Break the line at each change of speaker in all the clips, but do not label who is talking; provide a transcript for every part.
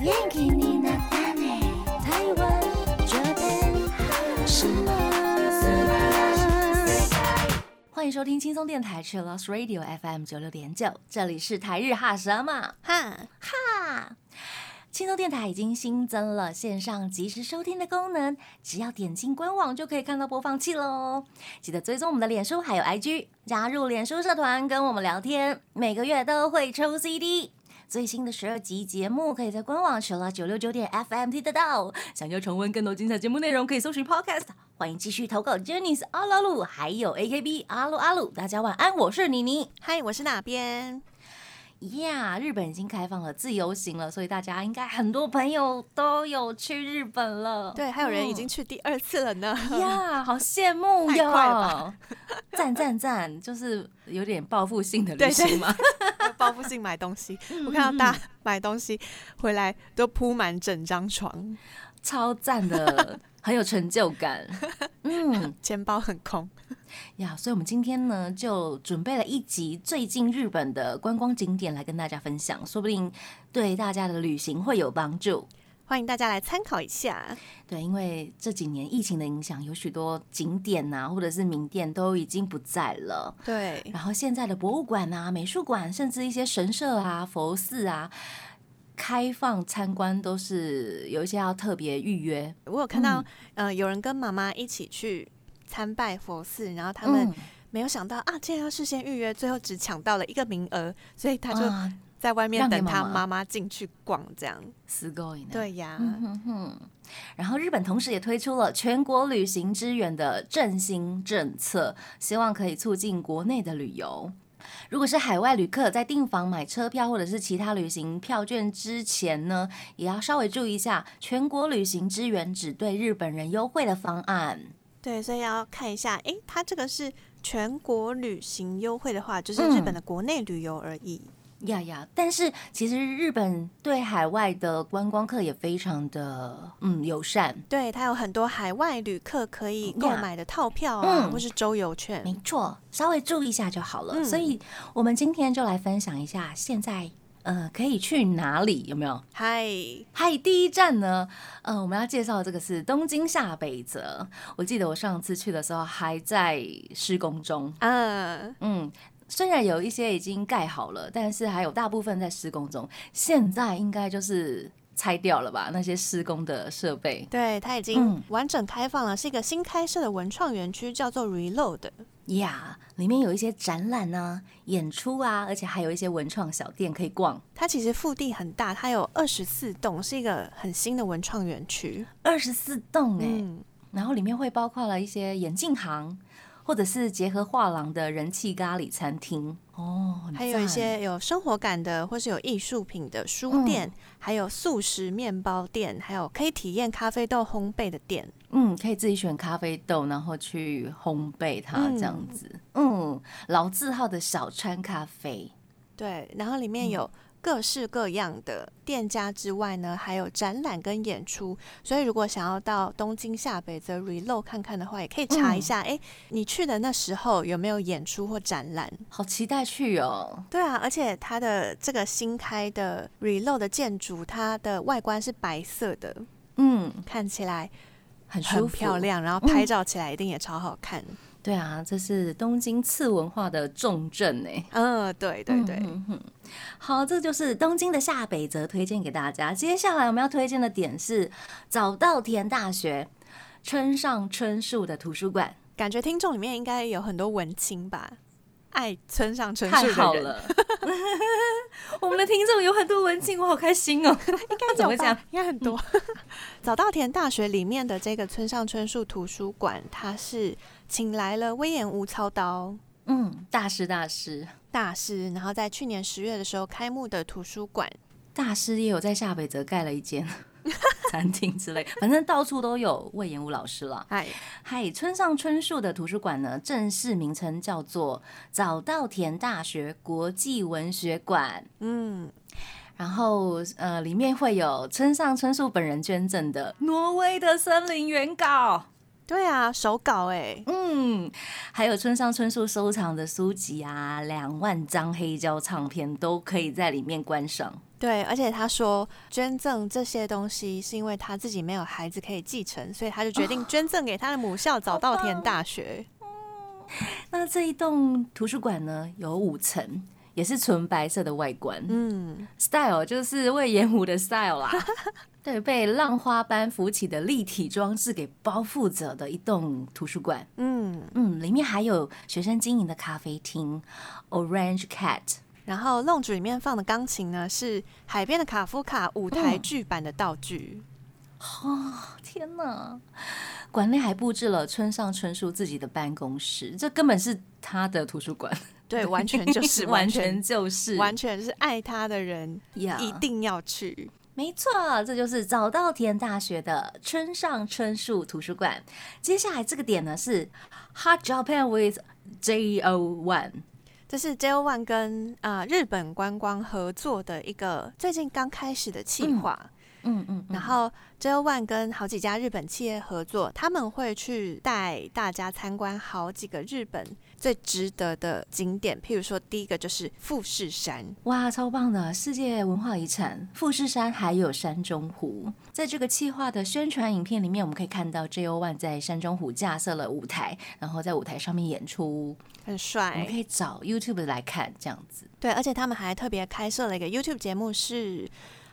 元気になったね台湾 Japan 什么
欢迎收听轻松电台 c h i l l o s Radio FM 九六点九，这里是台日哈什么
哈，
哈。轻松电台已经新增了线上即时收听的功能，只要点进官网就可以看到播放器喽。记得追踪我们的脸书还有 IG，加入脸书社团跟我们聊天，每个月都会抽 CD。最新的十二集节目可以在官网 c h i l l o 九六九点 FM 听得到。想要重温更多精彩节目内容，可以搜寻 Podcast。欢迎继续投稿 j e n n y s 阿鲁鲁，还有 AKB 阿鲁阿鲁。大家晚安，我是妮妮。
嗨，我是哪边？
呀日本已经开放了自由行了，所以大家应该很多朋友都有去日本了。
对，还有人已经去第二次了呢。
呀好羡慕
太快了
哟！赞赞赞，就是有点报复性的旅
对对
行嘛。
报复性买东西，我看到大家买东西回来都铺满整张床，
超赞的，很有成就感。嗯
钱包很空。
呀，所以我们今天呢就准备了一集最近日本的观光景点来跟大家分享，说不定对大家的旅行会有帮助。
欢迎大家来参考一下。
对，因为这几年疫情的影响，有许多景点呐、或者是名店都已经不在了。
对，
然后现在的博物馆啊、美术馆，甚至一些神社啊、佛寺啊，开放参观都是有一些要特别预约。
我有看到，呃，有人跟妈妈一起去参拜佛寺，然后他们
嗯
没有想到、啊，竟然要事先预约，最后只抢到了一个名额，所以他就
啊，
在外面
让给
等他
妈妈
妈妈进去逛，这样。
すごい呢。
对呀，
嗯哼哼。然后日本同时也推出了全国旅行支援的振兴政策，希望可以促进国内的旅游。如果是海外旅客，在订房、买车票或者是其他旅行票券之前呢，也要稍微注意一下，全国旅行支援只对日本人优惠的方案。
对，所以要看一下，诶，它这个是全国旅行优惠的话，就是
嗯
日本的国内旅游而已。
呀呀！但是其实日本对海外的观光客也非常的嗯友善，
对，它有很多海外旅客可以购
哦呀
买的套票啊，
嗯
或是周游券。
没错，稍微注意一下就好了。
嗯
所以，我们今天就来分享一下现在呃可以去哪里，有没有？
嗨，
嗨，第一站呢，呃，我们要介绍的这个是东京下北泽。我记得我上次去的时候还在施工中，
嗯，
嗯。虽然有一些已经盖好了，但是还有大部分在施工中。现在应该就是拆掉了吧？那些施工的设备。
对，它已
嗯
经完整开放了，是一个新开设的文创园区，叫做 Reload。
呀、里面有一些展览啊、演出啊，而且还有一些文创小店可以逛。
它其实腹地很大，它有二十四栋，是一个很新的文创园区。
二十四栋哎，
嗯，
然后里面会包括了一些眼镜行，或者是结合画廊的人气咖喱餐厅哦，很
还有一
赞嗯
些有生活感的，或是有艺术品的书店，还有素食面包店，还有可以体验咖啡豆烘焙的店。
嗯，可以自己选咖啡豆，然后去烘焙它
嗯
这样子。嗯，老字号的小川咖啡，
对，然后里
嗯
面有各式各样的店家之外呢，还有展览跟演出。所以如果想要到东京下北泽 Reload 看看的话，也可以查
嗯
一下，哎、你去的那时候有没有演出或展览？
好期待去哦。
对啊，而且它的这个新开的 Reload 的建筑，它的外观是白色的，
嗯，
看起来
很舒服，嗯
很漂。亮，然后拍照起来一定也超好看。
对啊，这是东京次文化的重镇哎、
嗯，对对对，
嗯哼哼好，这就是东京的下北泽推荐给大家。接下来我们要推荐的点是早稻田大学村上春树的图书馆，
感觉听众里面应该有很多文青吧，爱村上春
太
树
好
的人，
了。 我们的听众有很多文青，我好开心哦！
应 该
怎么
有吧
讲？
应该很多。嗯 早稻田大学里面的这个村上春树图书馆，它是请来了威严无操刀
嗯，大师大师
大师，然后在去年十月的时候开幕的图书馆。
大师也有在下北泽盖了一间 餐厅之类，反正到处都有魏延武老师啦。
哎，
嗨，村上春树的图书馆呢，正式名称叫做早稻田大学国际文学馆。
嗯，
然后呃，里面会有村上春树本人捐赠的《挪威的森林》原稿。
对啊，手稿哎、
嗯，还有村上春树收藏的书籍啊，两万张黑胶唱片都可以在里面观赏。
对，而且他说捐赠这些东西是因为他自己没有孩子可以继承，所以他就决
啊
定捐赠给他的母校早稻
哦
田大学。
那这一栋图书馆呢，有五层，也是纯白色的外观、
嗯，
s t y l e 就是魏延武的 style 啦。对，被浪花般浮起的立体装置给包覆着的一栋图书馆。
嗯，
嗯，里面还有学生经营的咖啡厅 Orange Cat。
然后弄主里面放的钢琴呢，是海边的卡夫卡舞台
嗯
剧版的道具。
天哪！馆内还布置了村上春树自己的办公室，这根本是他的图书馆，
对，完全就是
完全
全
就是啊
完全是爱他的人
呀
一定要去。
没错，这就是早稻田大学的村上春树图书馆。接下来这个点呢是 Hot Japan with J O One。
这是 j o One 跟啊、呃日本观光合作的一个最近刚开始的企划。
嗯嗯，
然后 j o One 跟好几家日本企业合作，他们会去带大家参观好几个日本最值得的景点，譬如说第一个就是富士山，
哇，超棒的！世界文化遗产富士山还有山中湖，在这个企划的宣传影片里面，我们可以看到 J O One 在山中湖架设了舞台，然后在舞台上面演出。
很
我们
帅
可。以找 YouTube 来看这样子。
对，而且他们还特别开设了一个 YouTube 节目是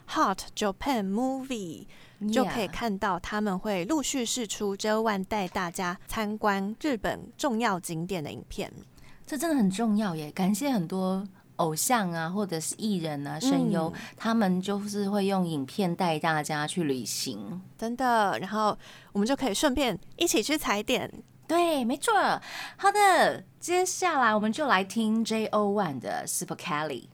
Hot Japan Movie，就可以
Yeah
看到他们会陆续试出 j o One 带大家参观日本重要景点的影片。
这真的很重要耶！感谢很多偶像啊，或者是艺人啊、声优，他们就是会用影片带大家去旅行。
真的，然后我们就可以顺便一起去踩点。
对，没错。好的，接下来我们就来听 J O One 的 Super Kelly。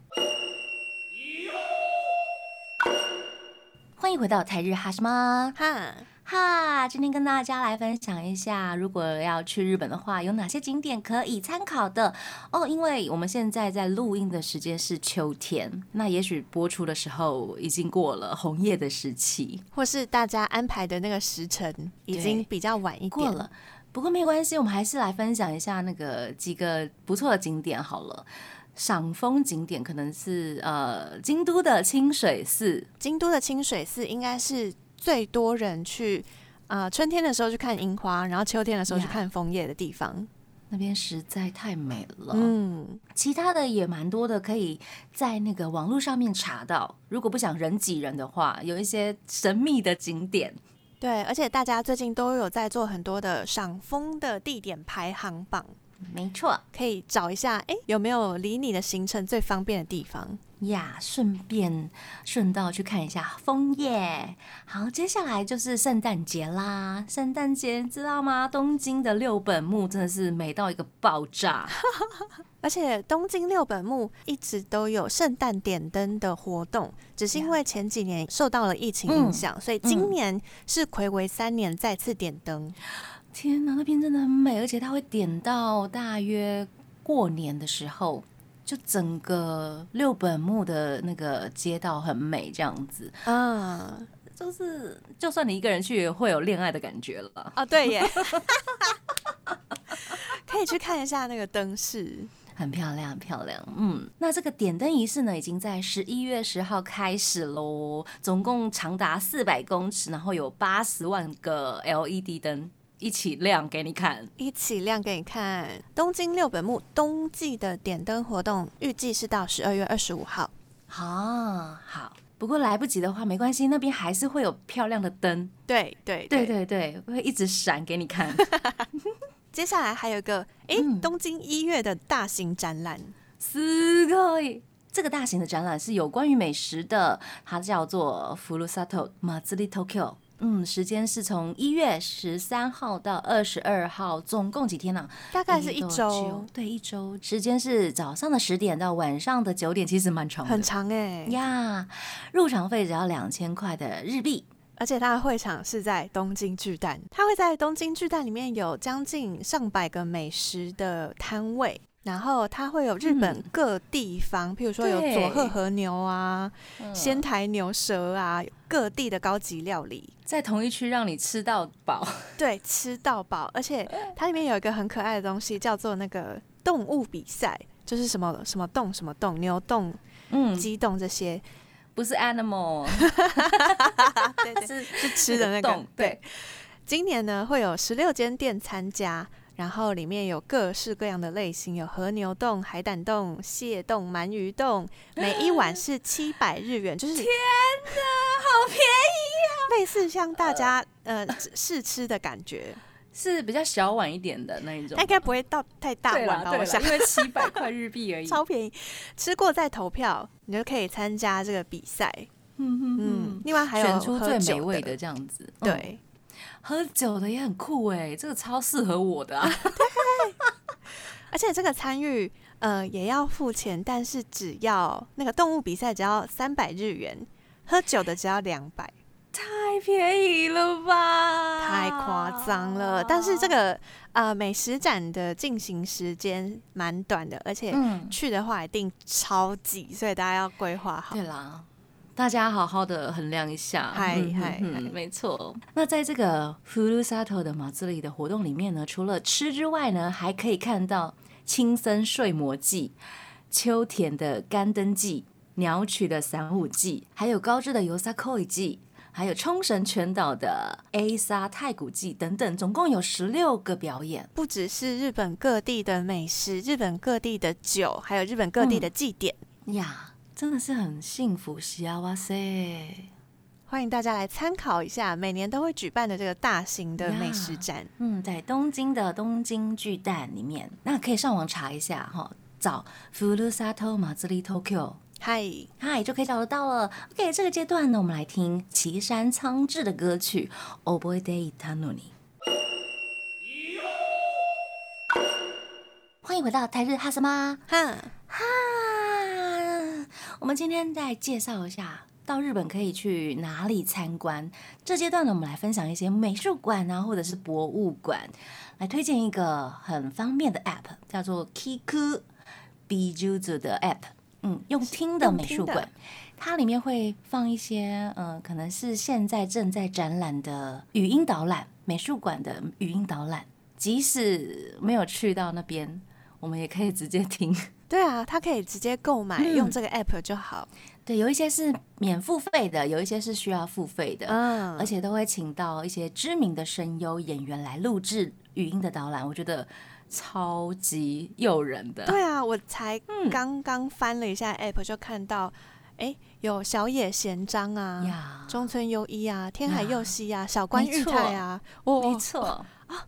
欢迎回到台日哈什么
哈，
哈！今天跟大家来分享一下，如果要去日本的话，有哪些景点可以参考的哦？因为我们现在在录音的时间是秋天，那也许播出的时候已经过了红叶的时期，
或是大家安排的那个时辰已经比较晚一
过
点，
了。不过没关系，我们还是来分享一下那个几个不错的景点好了。赏枫景点可能是呃京都的清水寺，
京都的清水寺应该是最多人去，呃，春天的时候去看樱花，然后秋天的时候去
Yeah
看枫叶的地方。
那边实在太美了。
嗯，
其他的也蛮多的，可以在那个网络上面查到。如果不想人挤人的话，有一些神秘的景点。
对，而且大家最近都有在做很多的赏枫的地点排行榜，
没错
可以找一下，哎，有没有离你的行程最方便的地方？
呀，顺便顺道去看一下枫叶。好，接下来就是圣诞节啦！圣诞节你知道吗？东京的六本木真的是美到一个爆 炸。
而且东京六本木一直都有圣诞点灯的活动，只是因为前几年受到了疫情影
嗯
响，所以今年是暌违三年再次点灯。
天哪，那边真的很美，而且它会点到大约过年的时候，就整个六本木的那个街道很美，这样子。嗯
啊
就是就算你一个人去，也会有恋爱的感觉了。
哦，对耶，可以去看一下那个灯饰。
很漂亮，很漂亮。嗯，那这个点灯仪式呢，已经在十一月十号开始喽，总共长达四百公尺，然后有八十万个 LED 灯一起亮给你看。
一起亮给你看，东京六本木冬季的点灯活动预计是到十二月二十五号。
啊，好。不过来不及的话没关系，那边还是会有漂亮的灯，
对对
对对对，会一直闪给你看。
接下来还有一个，哎、
嗯
东京一月的大型展览，
すごい。这个大型的展览是有关于美食的，它叫做ふるさと祭り Tokyo。嗯，时间是从一月十三号到二十二号，总共几天呢、
大概是一
个
周，，
对，一周。时间是早上的十点到晚上的九点，其实蛮长
很
的
长哎、
呀。入场费只要两千块的日币。
而且它的会场是在东京巨蛋，它会在东京巨蛋里面有将近上百个美食的摊位，然后它会有日本
嗯
各地方，譬如说有佐贺
对
和牛啊、
嗯
仙台牛舌啊，各地的高级料理。
在同一区让你吃到饱，
对，吃到饱，而且它里面有一个很可爱的东西，叫做那个动物比赛，就是什么什么动什么动，牛动、
嗯，
鸡动这些，
不是 animal，
对 对，
是
是吃的那
那个
个
动。
对，今年呢会有十六间店参加，然后里面有各式各样的类型，有和牛冻、海胆冻、蟹冻、鳗鱼冻，每一 碗是七百日元，就是
天啊哪，好便宜啊
类似像大家呃试吃的感觉，
啊！ 是比较小碗一点的那一种
它，应该不会到太大
对
碗
啦
吧？
对啦，
我想。
因为七百块日币而已。
超便宜，吃过再投票，你就可以参加这个比赛。
嗯
嗯，，另外还有
选出
喝
最
酒
美味的
的，
这样子，嗯，
对，
喝酒的也很酷哎，这个超适合我 的啊。
而且这个参与呃也要付钱，但是只要那个动物比赛只要三百日元，喝酒的只要两百，
太便宜了吧？
太夸张了。但是这个呃美食展的进行时间蛮短的，而且
嗯，
去的话一定超挤，所以大家要规划好。
对啦。大家好好的衡量一下，
嗨
嗯
嗨
嗯
嗨
没错。那在这个 Furusato 的马自里的活动里面呢，除了吃之外呢，还可以看到青森睡魔记、秋田的干灯记、鸟取的散舞记，还有高知的游萨扣记，还有冲绳全岛的 A 沙太古记等等，总共有十六个表演。
不只是日本各地的美食，日本各地的酒，还有日本各地
嗯
的祭典。
呀，真的是很幸福，喜啊哇塞！
欢迎大家来参考一下，每年都会举办的这个大型的
呀
美食展。
嗯，在东京的东京巨蛋里面，那可以上网查一下哈，找 Furusato m a z u r i Tokyo。
嗨、
嗨，就可以找得到了。OK，这个阶段呢，我们来听岐山苍志的歌曲《o b o d e i t a n o n i 欢迎回到台日哈什么
哈，
哈！啊我们今天再介绍一下到日本可以去哪里参观。这阶段呢，我们来分享一些美术馆啊，或者是博物馆，来推荐一个很方便的 App，叫做 Kiku Bijuzu 的 App。嗯，用听的
用
美
听
术
的
馆，它里面会放一些，嗯、可能是现在正在展览的语音导览，美术馆的语音导览。即使没有去到那边，我们也可以直接听。
对啊，它可以直接购买，
嗯
用这个 app 就好。
对，有一些是免付费的，有一些是需要付费的，
嗯，
而且都会请到一些知名的声优演员来录制语音的导览，我觉得超级诱人的。
对啊，我才
嗯
刚刚翻了一下 app，就看到，哎、有小野贤章啊。
呀，
中村优一啊，天海
呀
佑希啊，小关
没
裕
错
太啊，哦，
没错，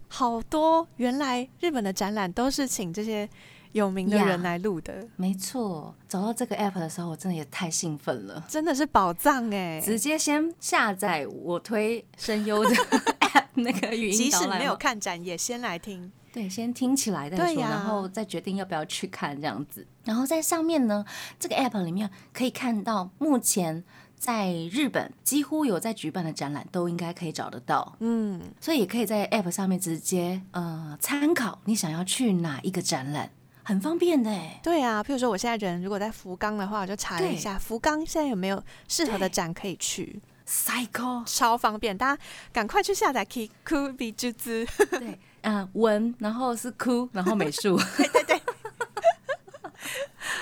好多原来日本的展览都是请这些有名的
呀
人来录的，
没错。找到这个 app 的时候，我真的也太兴奋了，
真的是宝藏哎、
直接先下载我推声优的 app 那个语
即
音导
使
览嘛，
没有看展，也先来听。
对，先听起来再
对
说，
呀
然后再决定要不要去看这样子。然后在上面呢，这个 app 里面可以看到目前。在日本几乎有在举办的展览都应该可以找得到，
嗯，
所以也可以在 App 上面直接呃参考你想要去哪一个展览，很方便的哎。
对啊，譬如说我现在人如果在福冈的话，我就查了一下福冈现在有没有适合的展可以去，
Cycle
超方便，大家赶快去下载 Kiku b i j u z
对，啊、文，然后是哭，然后美术， 对对
对。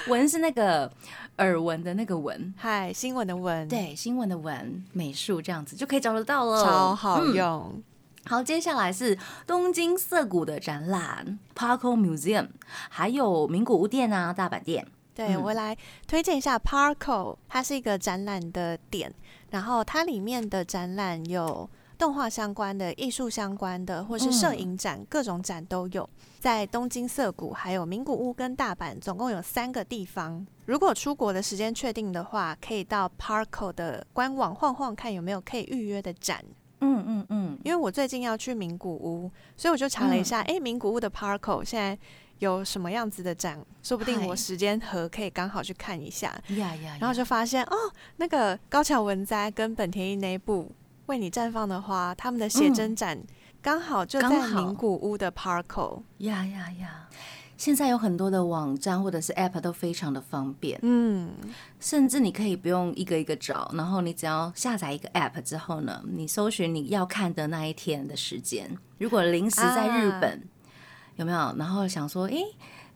文是那个耳闻的那个文，
嗨，新闻的文，，
对，新闻的文、美术这样子就可以找得到了，
超好
嗯
用。
好，接下来是东京涩谷的展览 Parko Museum，还有名古屋店啊、大阪店。
对
嗯
我来推荐一下 Parco，它是一个展览的点，然后它里面的展览有动画相关的、艺术相关的，或是摄
嗯
影展，各种展都有。在东京涩谷、还有名古屋跟大阪，总共有三个地方。如果出国的时间确定的话，可以到 Parco 的官网晃晃看有没有可以预约的展。
嗯嗯嗯，
因为我最近要去名古屋，所以我就查了一下，诶，名古屋的 Parco 现在有什么样子的展？说不定
嗨
我时间合可以刚好去看一下。
呀呀，
然后就发现哦，那个高桥文哉跟本田一那一部《为你绽放的花》，他们的写真展刚好就
嗯刚
在
好
名古屋的 Parco。
呀呀呀，现在有很多的网站或者是 App 都非常的方便，
嗯，
甚至你可以不用一个一个找，然后你只要下载一个 App 之后呢，你搜寻你要看的那一天的时间。如果临时在日
啊
本，有没有？然后想说，诶，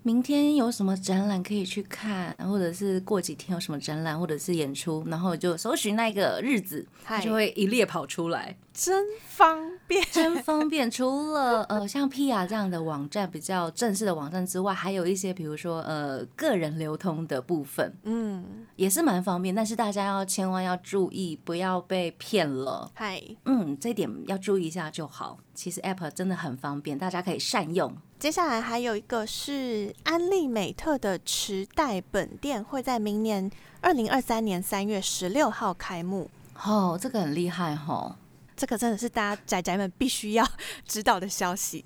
明天有什么展览可以去看，或者是过几天有什么展览或者是演出，然后就搜寻那个日子，它
嗨
就会一列跑出来。
真方 便。
真方便。除了呃像 Pia 这样的网站比较正式的网站之外，还有一些比如说呃个人流通的部分
嗯，
也是蛮方便，但是大家要千万要注意，不要被骗了。
嗨，
嗯，这点要注意一下就好。其实 App 真的很方便，大家可以善用。
接下来还有一个是安利美特的池袋本店会在明年二零二三年三月十六号开幕，
哦，这个很厉害哦。
这个真的是大家宅宅们必须要知道的消息。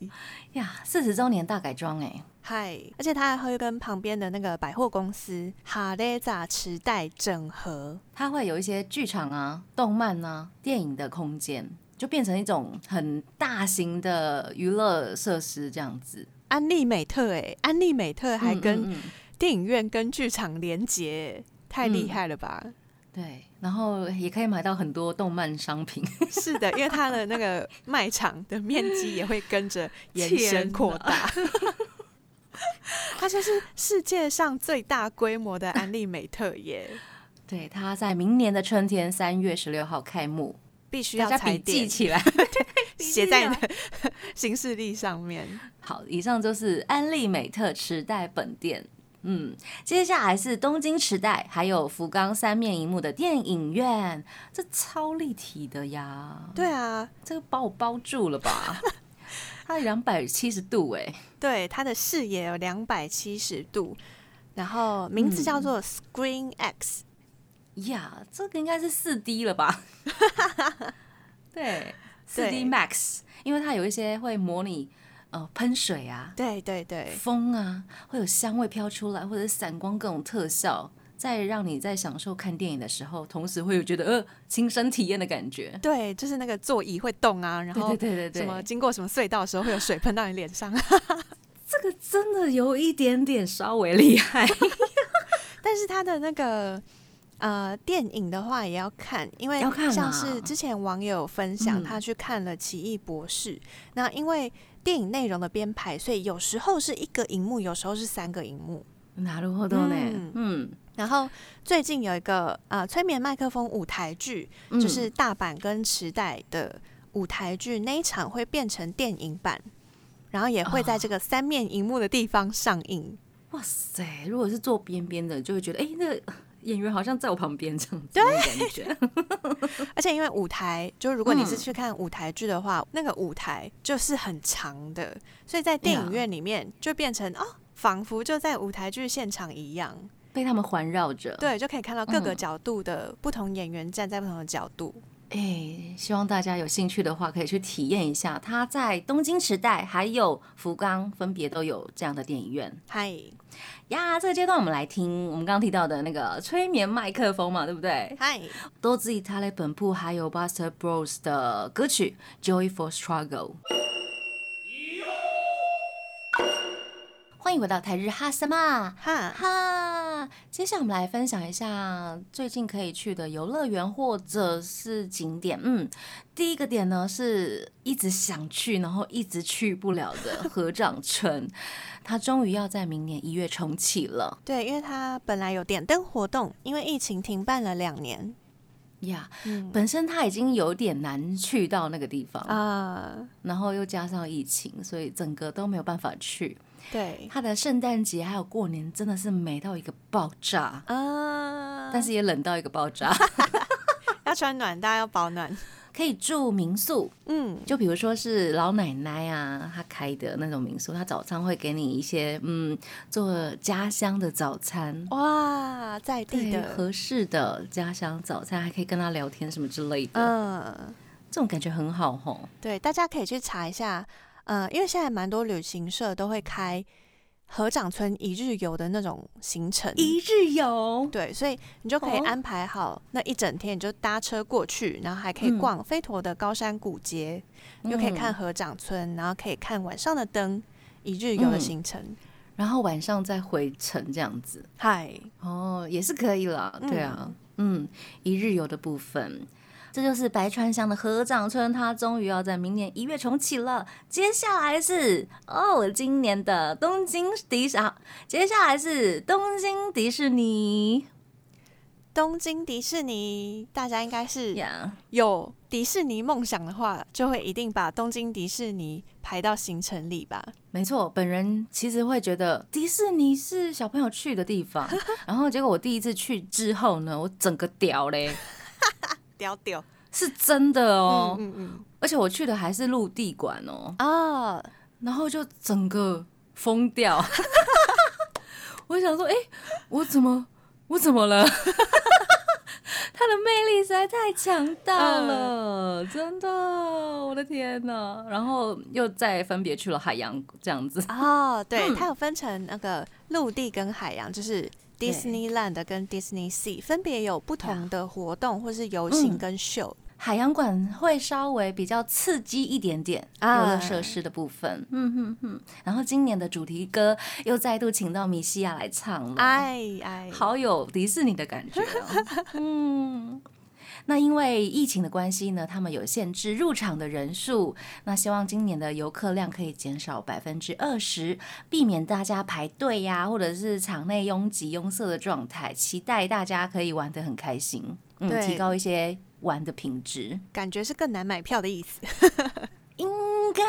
呀，四十周年大改装哎，
嗨，而且它还会跟旁边的那个百货公司哈雷扎池袋整合。
它会有一些剧场啊、动漫啊、电影的空间，就变成一种很大型的娱乐设施这样子。
安利美特哎、安利美特还
嗯
跟
嗯嗯
电影院跟剧场连结、欸，太厉害了吧！
嗯对，然后也可以买到很多动漫商 品。
是的，因为它的那个卖场的面积也会跟着 延伸扩大。 它就是世界上最大规模的安利美特耶，
对，它在明年的春天三月十六号开幕，
必须
大
要
家
踩
笔记
点，
起来。
写在你的行事历上面。
好，以上就是安利美特池袋本店。嗯，接下来是东京池袋，还有福冈三面荧幕的电影院，这超立体的呀！
对啊，
这个把我包住了 吧？它两百七十度哎、
对，它的视野有两百七十度，然后名字叫做 Screen X。
呀，这个应该是四 D 了 吧？对，四 D
对
Max，因为它有一些会模拟呃喷水啊、
对对对，
风啊，会有香味飘出来，或者散光各种特效，再让你在享受看电影的时候，同时会有觉得呃亲身体验的感觉。
对，就是那个座椅会动啊，然
对
后
对对对对，
什么经过什么隧道的时候会有水喷到你脸上，啊
这个真的有一点点稍微厉害。
但是它的那个呃电影的话也要看，因为
要看啊
像是之前网友分享
嗯
他去看了《奇异博士》那因为电影内容的编排，所以有时候是一个荧幕，有时候是三个荧幕。
なるほどね
嗯。
嗯，
然后最近有一个呃催眠麦克风舞台剧，
嗯
就是大阪跟池袋的舞台剧那一场会变成电影版，然后也会在这
啊
个三面荧幕的地方上映。
哇塞！如果是坐边边的，就会觉得哎、诶那个演员好像在我旁边这样子，对，感觉。
而且因为舞台，就如果你
嗯
是去看舞台剧的话，那个舞台就是很长的，所以在电影院里面就变成哦，仿佛就在舞台剧现场一样。
被他们环绕着。，
对，就可以看到各个
嗯
角度的不同演员站在不同的角度。
哎、希望大家有兴趣的话，可以去体验一下。它在东京时代还有福冈分别都有这样的电影院
嗨，
呀。这个阶段我们来听我们刚刚提到的那个催眠麦克风嘛，对不对？
嗨，
多自意他雷本铺还有 Buster Bros 的歌曲《Joy for Struggle》。欢迎回到台日哈什么？
哈，
哈，接下来我们来分享一下最近可以去的游乐园或者是景点。嗯，第一个点呢是一直想去，然后一直去不了的合掌城， 它终于要在明年一月重启了
对，因为它本来有点灯活动，因为疫情停办了两年。
呀。Yeah，
嗯
本身它已经有点难去到那个地方，
啊、
然后又加上疫情，所以整个都没有办法去。
对
它的圣诞节还有过年真的是美到一个爆炸，
啊，
但是也冷到一个爆 炸。
要穿暖，大家要保暖。
可以住民宿，
嗯，
就比如说是老奶奶啊，她开的那种民宿，她早上会给你一些嗯做家乡的早餐，
哇，在地
哦对，
的，
合适的家乡早餐，还可以跟她聊天什么之类的，
嗯。
这种感觉很好吼。
对，大家可以去查一下，呃，因为现在蛮多旅行社都会开合掌村一日游的那种行程，
日游，
对，所以你就可以
哦
安排好那一整天，你就搭车过去，然后还可以
嗯
逛飞陀的高山古街，又可以看合掌村，然后可以看晚上的灯，一日游的
嗯
行程，
然后晚上再回程这样子。
嗨，
哦，也是可以啦，对啊，嗯，一日游的部分，这就是白川乡的合掌村，它终于要在明年一月重启了。接下来是哦，今年的东京迪士啊，接下来是东京迪士尼
东京迪士尼，大家应该是
呀
有迪士尼梦想的话，就会一定把东京迪士尼排到行程里吧。
没错，本人其实会觉得迪士尼是小朋友去的地 方，然后结果我第一次去之后呢，我整个屌嘞，
屌屌，
是真的哦，
嗯嗯
而且我去的还是陆地馆哦。
嗯，哦，
然后就整个疯 掉。我想说，哎、我怎么，我怎么了？他的魅力实在太强大了，真的，我的天呐！然后又再分别去了海洋，这样子。
哦，对，
嗯
它有分成那个陆地跟海洋，就是
对
Disneyland 跟 Disney Sea 分别有不同的活动，或是游行
嗯
跟秀。
海洋馆会稍微比较刺激一点点，游
啊
乐设施的部分，嗯哼哼。然后今年的主题歌又再度请到米西亚来唱了，
哎哎，，
好有迪士尼的感觉、 哦。嗯，那因为疫情的关系呢，他们有限制入场的人数。那希望今年的游客量可以减少百分之二十，避免大家排队呀、或者是场内拥挤拥塞的状态。期待大家可以玩得很开心，嗯，
对
提高一些玩的品质。
感觉是更难买票的意思。
应该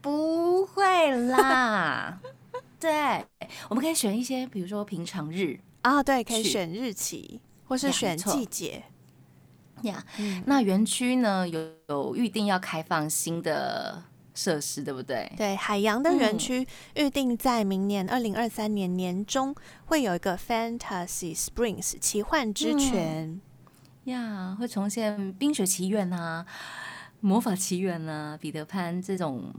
不会啦。 对，我们可以选一些，比如说平常日，
啊、对，可以
去
选日期，或是
呀
选
没错
季节。
呀、
嗯
那园区呢有有预定要开放新的设施，对不对？
对，海洋的园
嗯
区预定在明年二零二三年年中会有一个 Fantasy Springs 奇幻之
嗯
泉。
呀会重现《冰雪奇缘》啊。魔法奇缘啊，彼得潘这种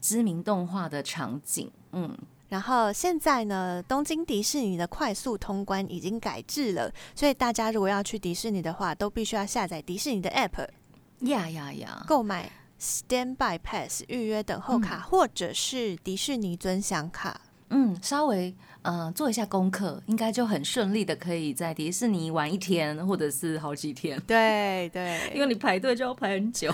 知名动画的场景，嗯，
然后现在呢，东京迪士尼的快速通关已经改制了，所以大家如果要去迪士尼的话，都必须要下载迪士尼的 App，
呀呀呀，
购买 Standby Pass 预约等候卡，或者是迪士尼尊享卡。
嗯，稍微呃做一下功课，应该就很顺利的可以在迪士尼玩一天，或者是好几天，
对
因
对，
为你排队就要排很久。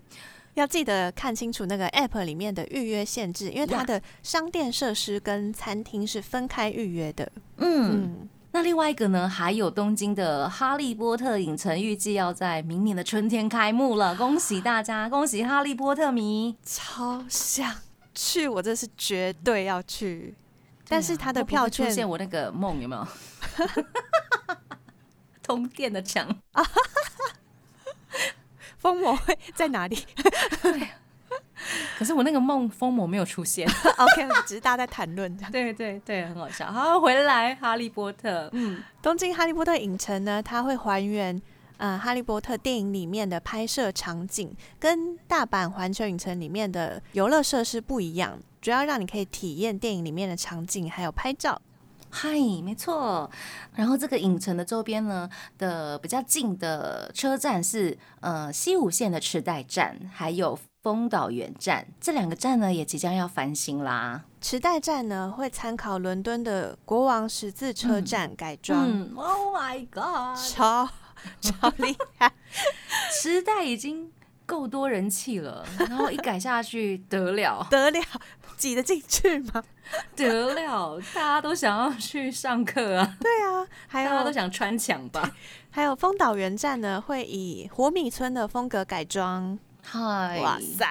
要记得看清楚那个 App 里面的预约限制，因为它
呀
的商店设施跟餐厅是分开预约的。
嗯，
嗯
那另外一个呢，还有东京的《哈利波特》影城预计要在明年的春天开幕了，恭喜大 家，恭喜哈利波特迷！
超想去，我这是绝对要去。但是它的
会不会
票
出
券
现我那个梦有没有？ 通电的墙，
疯魔会在哪里
可是我那个梦疯魔没有出现。
？OK，只是 大家在谈论这 样。
对对对，很好笑。好，回来哈利波特，嗯，
东京哈利波特影城呢，它会还原呃哈利波特电影里面的拍摄场景，跟大阪环球影城里面的游乐设施不一样，主要让你可以体验电影里面的场景，还有拍照。
嗨，没错。然后这个影城的周边呢的比较近的车站是呃西武线的池袋站，还有丰岛原站这两个站呢也即将要翻新啦。
池袋站呢会参考伦敦的国王十字车站改装，
嗯，Oh my God，
超超厉害。
池袋已经够多人气了，然后一改下去得了
得了，挤得进去吗？
得了，大家都想要去上课啊，
对啊，还
大家都
有
想穿墙吧。
还有丰岛原站呢，会以活米村的风格改装。
嗨，
哇塞，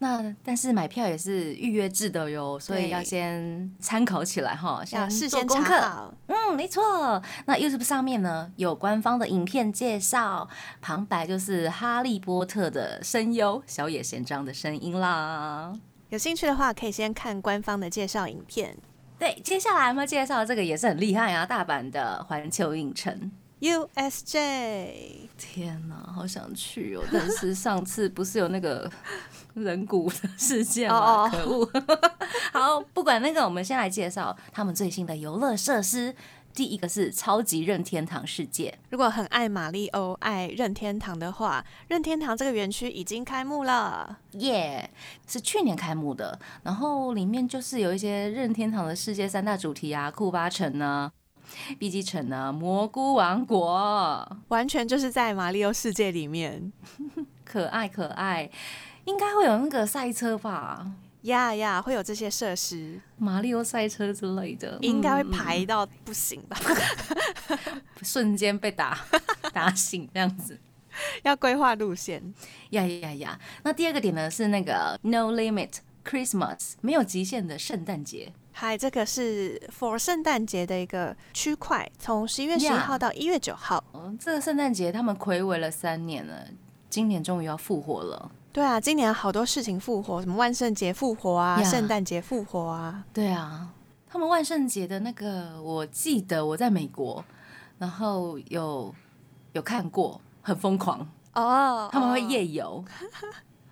那但是买票也是预约制的哟，所以要先参考起来哈，
要事
嗯
先
做功
查
课。
好。
嗯，没错。那 YouTube 上面呢有官方的影片介绍，旁白就是哈利波特的声优小野贤章的声音啦。
有兴趣的话，可以先看官方的介绍影片。
对，接下来我们要介绍的这个也是很厉害啊，大阪的环球影城。
USJ，
天哪，好想去哦！ 但是上次不是有那个 人骨的事件吗？
哦哦
可恶！好，不管那个，我们先来介绍他们最新的游乐设施第一个是超级任天堂世界，
如果很爱马里欧、爱任天堂的话，任天堂这个园区已经开幕了。
耶、是去年开幕的，然后里面就是有一些任天堂的世界三大主题啊，库巴城呢、碧姬城呢、蘑菇王国，
完全就是在马里奥世界里面，
可爱可爱，应该会有那个赛车吧，
呀呀，会有这些设施，
马里奥赛车之类的，
应该会
嗯
排到不行吧？
瞬间被打打醒这样子。
要规划路线，
呀呀呀！那第二个点呢是那个 No Limit Christmas 没有极限的圣诞节，
嗨，这个是 for 圣诞节的一个区块，从十一月十一
Yeah
号到一月九号。
哦，这个圣诞节他们暌违了三年了，今年终于要复活了。
对啊，今年好多事情复活，什么万圣节复活啊，
Yeah
圣诞节复活啊，
对啊，他们万圣节的那个，我记得我在美国，然后有有看过，很疯狂，
哦，
他们会
哦，
夜游，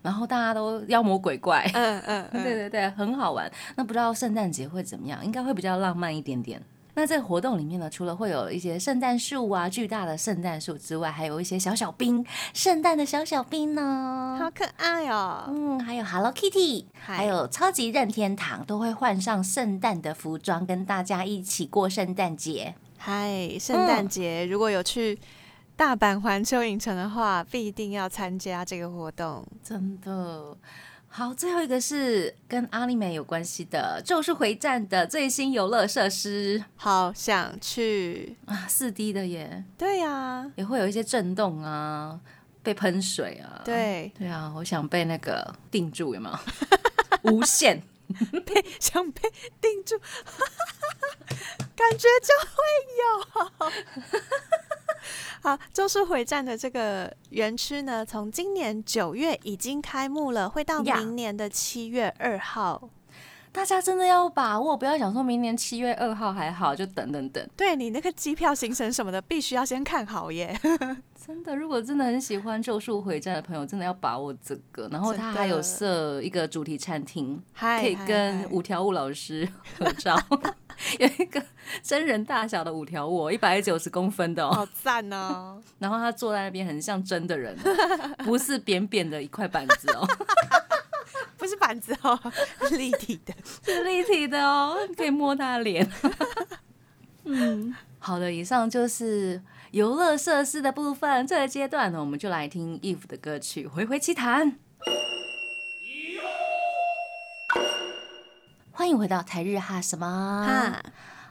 然后大家都妖魔鬼怪。
嗯嗯嗯，
对对对，很好玩。那不知道圣诞节会怎么样？应该会比较浪漫一点点。那在活动里面呢，除了会有一些圣诞树啊，巨大的圣诞树之外，还有一些小小兵，圣诞的小小兵呢。
好可爱哦，
嗯，还有 Hello Kitty，
嗨
还有超级任天堂都会换上圣诞的服装，跟大家一起过圣诞节。
嗨，圣诞节如果有去大阪环球影城的话，必定要参加这个活动。
真的。好，最后一个是跟阿丽美有关系的《咒术回战》的最新游乐设施
好想去，
啊，四 D 的耶。
对呀、
也会有一些震动啊，被喷水啊。
对，
对啊，我想被那个定住，有没有？ 无限，
被想被定住， 感觉就会有。 好，就是回站的这个园区呢，从今年九月已经开幕了，会到
呀
明年的七月二号。
大家真的要把握，不要想说明年七月二号还好，就等等等。
对你那个机票、行程什么的，必须要先看 好耶。
真的，如果真的很喜欢《咒术回战》的朋友，真的要把握这个。然后
真的
它还有设一个主题餐厅，
嗨
可以
嗨
跟
嗨
五条悟老师合照， 有一个真人大小的五条悟，一百九十公分的哦。
好赞 哦！
然后他坐在那边很像真的人哦，不是扁扁的一块板子哦。
不是板子哦，是立体的。
是立体的哦，可以摸他的脸。嗯，好的，以上就是游乐设施的部分。这个阶段呢，我们就来听 Eve 的歌曲《回回奇谈》。欢迎回到台日哈什么
哈，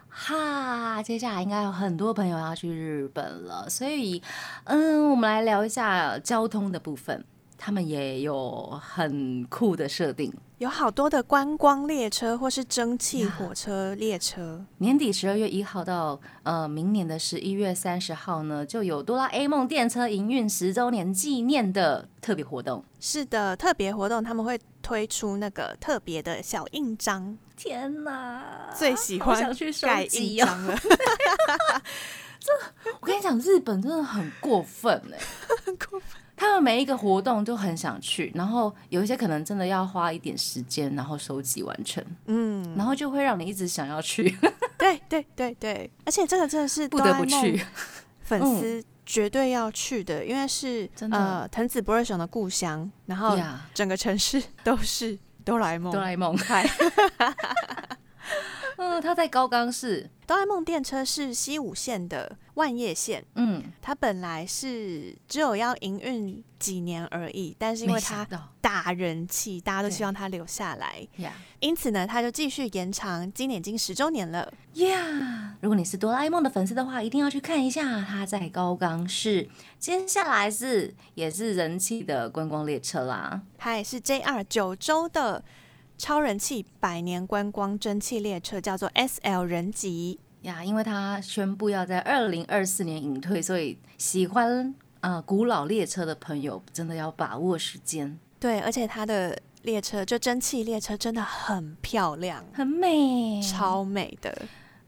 哈，接下来应该有很多朋友要去日本了，所以，嗯，我们来聊一下交通的部分。他们也有很酷的设定，
有好多的观光列车或是蒸汽 火车列车。
年底十二月一号到呃明年的十一月三十号呢，就有哆啦 A 梦电车营运十周年纪念的特别活动。
是的，特别活动他们会推出那个特别的小印章，
天哪，
最喜
啊好
欢
想去收
盖印
集哦！
章了，
我跟你讲，日本真的很过分哎、
很过分。
他们每一个活动都很想去，然后有一些可能真的要花一点时间，然后收集完成，
嗯，
然后就会让你一直想要 去，
对对对对，而且这个真的是
不得不
哆啦 A 梦
去。嗯
粉丝绝对要去的，因为是
真的
呃藤子不二雄的故乡，然后
呀
整个城市都是哆啦 A 梦
哆。啦 A 梦嗨， 嗯，他在高冈市，
哆啦 A 梦电车是西武线的万叶线，
嗯，
它本来是只有要营运几年而已，但是因
没
为
想
它
到
大人气，大家都
对
希望它留下来，
呀。
因此呢，它就继续延长，今年已经十周年了。
呀如果你是哆啦 A 梦的粉丝的话，一定要去看一下，它在高冈市。接下来是也是人气的观光列车啦，
它也是 JR 九州的超人气百年观光蒸汽列车，叫做 SL 人吉。
呀，因为它宣布要在二零二四年隐退，所以喜欢呃古老列车的朋友真的要把握时间，
对，而且它的列车就蒸汽列车真的很漂亮，
很美，
超美的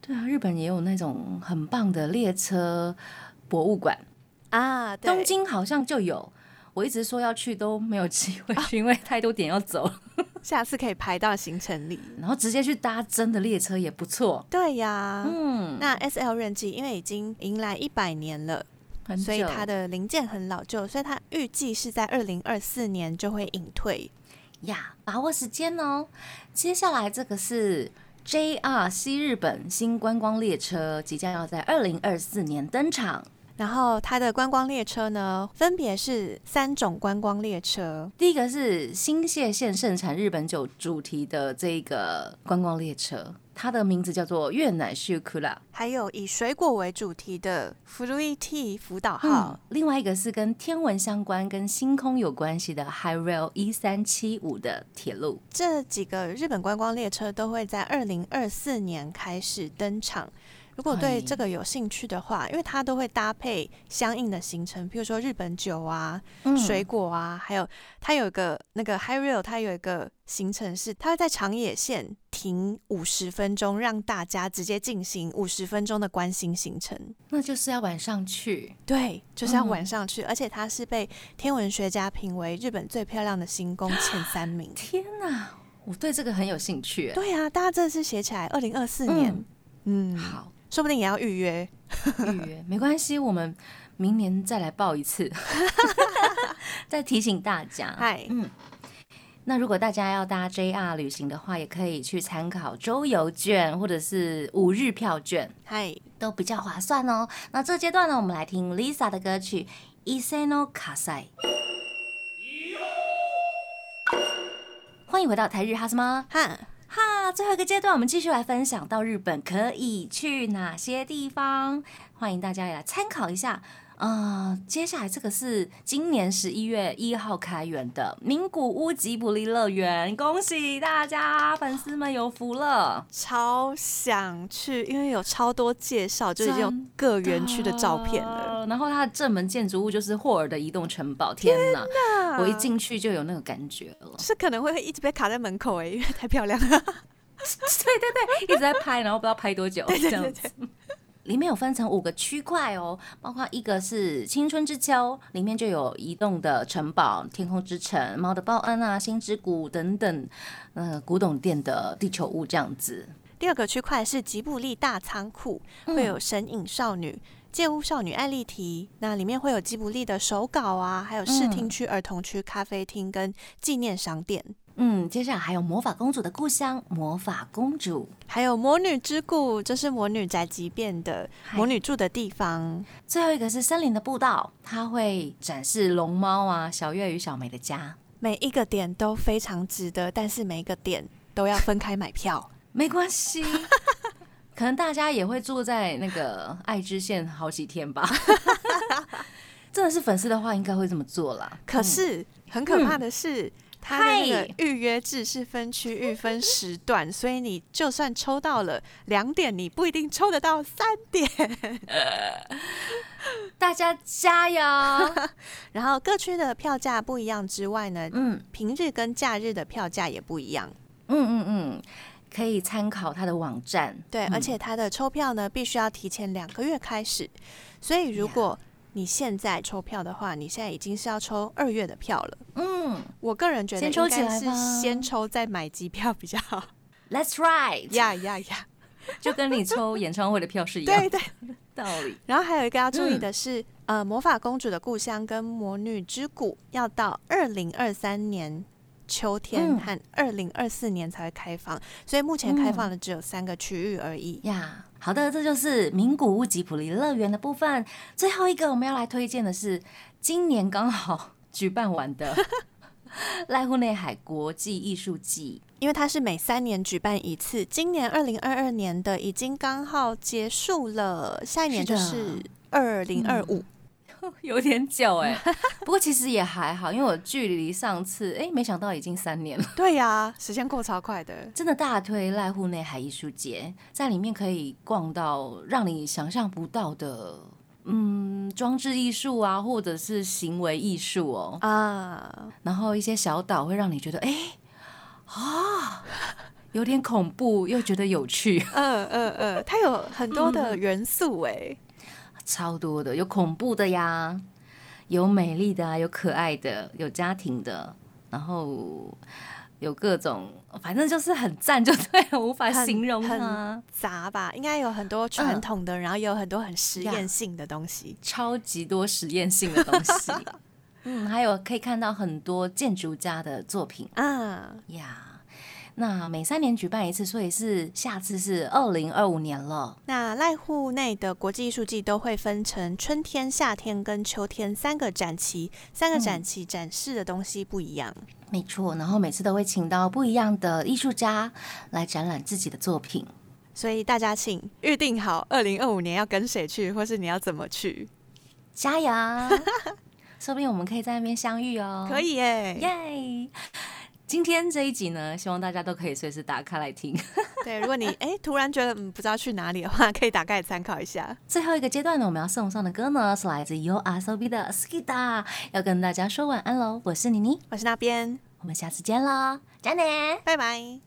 对啊，日本也有那种很棒的列车博物馆，
啊！对
东
啊
京好像就有。我一直说要去都没有机会去，因为太多点要走了。
下次可以排到行程里。
然后直接去搭真的列车也不错。
对呀，
嗯，
那 S L 任记因为已经迎来一百年了，
很
所以
久
它的零件很老旧，所以它预计是在二零二四年就会隐退。
呀，把握时间哦。接下来这个是 JR 西日本新观光列车，即将要在二零二四年登场。
然后它的观光列车呢，分别是三种观光列车，
第一个是新泻县盛产日本酒主题的这个观光列车，它的名字叫做越南 Shukura。
还有以水果为主题的 Fruit Tea 福岛号
嗯。，另外一个是跟天文相关、跟星空有关系的 High Rail 一三七五的铁路。
这几个日本观光列车都会在二零二四年开始登场。如果对
哎
这个有兴趣的话，因为它都会搭配相应的行程，譬如说日本酒啊、
嗯
水果啊，还有它有一个那个 High Rail，它有一个行程是它会在长野县停五十分钟，让大家直接进行五十分钟的观星行程。
那就是要晚上去，
对，就是要晚
嗯
上去，而且它是被天文学家评为日本最漂亮的星宫前三名。
天哪，我对这个很有兴趣。
对啊，大家真的是写起来，二零二四
嗯
年，嗯，
好，
说不定也要预约。
预约没关系，我们明年再来报一次， 再提醒大家。
嗨
嗯，那如果大家要搭 JR 旅行的话，也可以去参考周游券或者是五日票券，
嗨，
都比较划算哦。那这阶段呢，我们来听 Lisa 的歌曲《Iseno Kasai》。欢迎回到台日哈什么？
哈，
哈，最后一个阶段，我们继续来分享到日本可以去哪些地方，欢迎大家也来参考一下。呃，接下来这个是今年十一月一号开园的名古屋吉卜力乐园，恭喜大家，粉丝们有福了。
超想去，因为有超多介绍，就是已经有各园区的照片了。，
呃然后它的正门建筑物就是霍尔的移动城堡，天哪！我一进去就有那个感觉了
是可能会一直被卡在门口哎、因为太漂亮了。
对对对， 一直在拍，然后不知道拍多久，这样子。里面有分成五个区块哦，包括一个是青春之丘，里面就有移动的城堡、天空之城、猫的报恩啊、星之谷等等，呃，古董店的地球屋这样子。
第二个区块是吉卜力大仓库，
嗯
会有神隐少女。借屋少女艾丽缇，那里面会有吉卜力的手稿啊，还有视听区、儿童区、咖啡厅跟纪念商店，
嗯，接下来还有魔法公主的故乡——魔法公主。
还有魔女之谷，这是魔女宅急便的
嗨
魔女住的地方。
最后一个是森林的步道，它会展示龙猫啊、小月与小美的家。
每一个点都非常值得，但是每一个点都要分开买票。
没关系， 可能大家也会住在那个爱知县好几天吧。 真的是粉丝的话，应该会这么做啦。
可是很可怕的
嗯
是，它的那个预约制是分区域、分时段， 所以你就算抽到了两点，你不一定抽得到三点。
大家加油！
然后各区的票价不一样之外呢，
嗯
平日跟假日的票价也不一样。
嗯嗯嗯，可以参考他的网站。
对，而
嗯
且它的抽票呢，必须要提前两个月开始。所以如果你现在抽票的话，你现在已经是要抽二月的票了。
嗯
我个人觉得
先抽
应
起
该
来
是
吧
先抽再买机票比较 好。
，That's right，
呀 呀呀！
就跟你抽演唱会的票是一样
对对。
道理。
然后还有一个要
嗯
注意的是，呃，魔法公主的故乡跟魔女之谷要到二零二三年秋天
嗯
和二零二四年才会开放，所以目前开
嗯
放的只有三个区域而已。
呀好的，这就是名古屋吉普林乐园的部分。最后一个我们要来推荐的是今年刚好举办完的 濑户内海国际艺术季。
因为它是每三年举办一次，今年二零二二年的已经刚好结束了，下一年就是嗯
的
是二零二五。
有点久哎、 不过其实也还好，因为我距离上次哎、没想到已经三年了。
对呀、时间过超快的。
真的大推濑户内海艺术节，在里面可以逛到让你想象不到的，嗯，装置艺术啊，或者是行为艺术哦。
啊，
然后一些小岛会让你觉得，哎、啊，有点恐怖，又觉得有趣，
嗯嗯嗯，它有很多的元素哎、
超多的，有恐怖的呀，有美丽的啊，有可爱的，有家庭的，然后有各种，反正就是很赞，就对了，无法
很
形容啊
很
它。
杂吧，应该有很多传
嗯
统的，然后也有很多很实
呀
验性的东西。
超级多实验性的东西。 嗯，还有可以看到很多建筑家的作品
嗯，
呀。那每三年举办一次，所以是下次是二零二五年了。
那濑户内的国际艺术季都会分成春天、夏天跟秋天三个展期，三个展期展示的东西不一样。
没错，然后每次都会请到不一样的艺术家来展览自己的作品。
所以大家请预定好二零二五年要跟谁去，或是你要怎么去，
加油！ 说不定我们可以在那边相遇哦。
可，以耶、
耶！今天这一集呢，希望大家都可以随时打开来听。
对，如果你哎、突然觉得嗯不知道去哪里的话，可以打开来参考一下。
最后一个阶段呢，我们要送上的歌呢是来自 U R S O B 的 Skida，要跟大家说晚安喽。我是妮妮，
我是那边，
我们下次见喽，加你。
拜拜。